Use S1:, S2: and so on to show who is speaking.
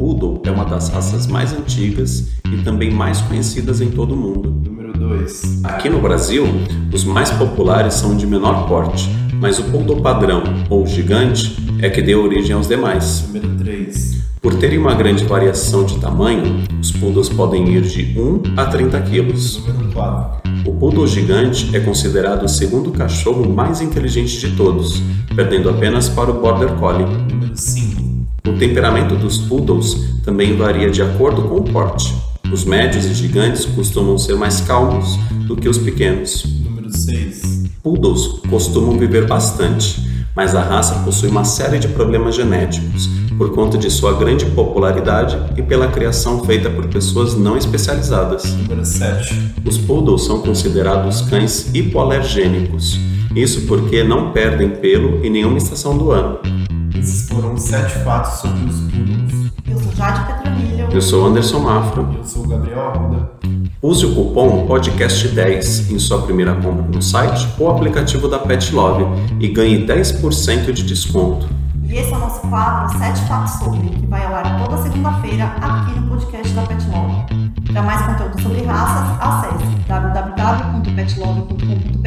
S1: um,
S2: é das raças mais antigas e também mais conhecidas em todo o mundo.
S1: Número 2.
S2: Aqui no Brasil, os mais populares são de menor porte, mas o poodle padrão ou gigante é que deu origem aos demais.
S1: Número 3.
S2: Por terem uma grande variação de tamanho, os poodles podem ir de 1 a 30 quilos.
S1: Número 4.
S2: O poodle gigante é considerado o segundo cachorro mais inteligente de todos, perdendo apenas para o border collie.
S1: Número 5.
S2: O temperamento dos poodles também varia de acordo com o porte. Os médios e gigantes costumam ser mais calmos do que os pequenos.
S1: Número 6.
S2: Poodles costumam beber bastante, mas a raça possui uma série de problemas genéticos por conta de sua grande popularidade e pela criação feita por pessoas não especializadas.
S1: Número 7.
S2: Os poodles são considerados cães hipoalergênicos, isso porque não perdem pelo em nenhuma estação do ano.
S1: Esses foram os 7 fatos sobre os poodles.
S3: Eu sou Jade Petronilho.
S2: Eu sou Anderson Mafra.
S1: Eu sou o Gabriel Arruda.
S2: Use o cupom PODCAST10 em sua primeira compra no site ou aplicativo da Pet Love e ganhe 10% de desconto.
S3: E esse é o nosso quadro Sete Fatos Sobre, que vai ao ar toda segunda-feira aqui no podcast da Pet Love. Para mais conteúdo sobre raças, acesse www.petlove.com.br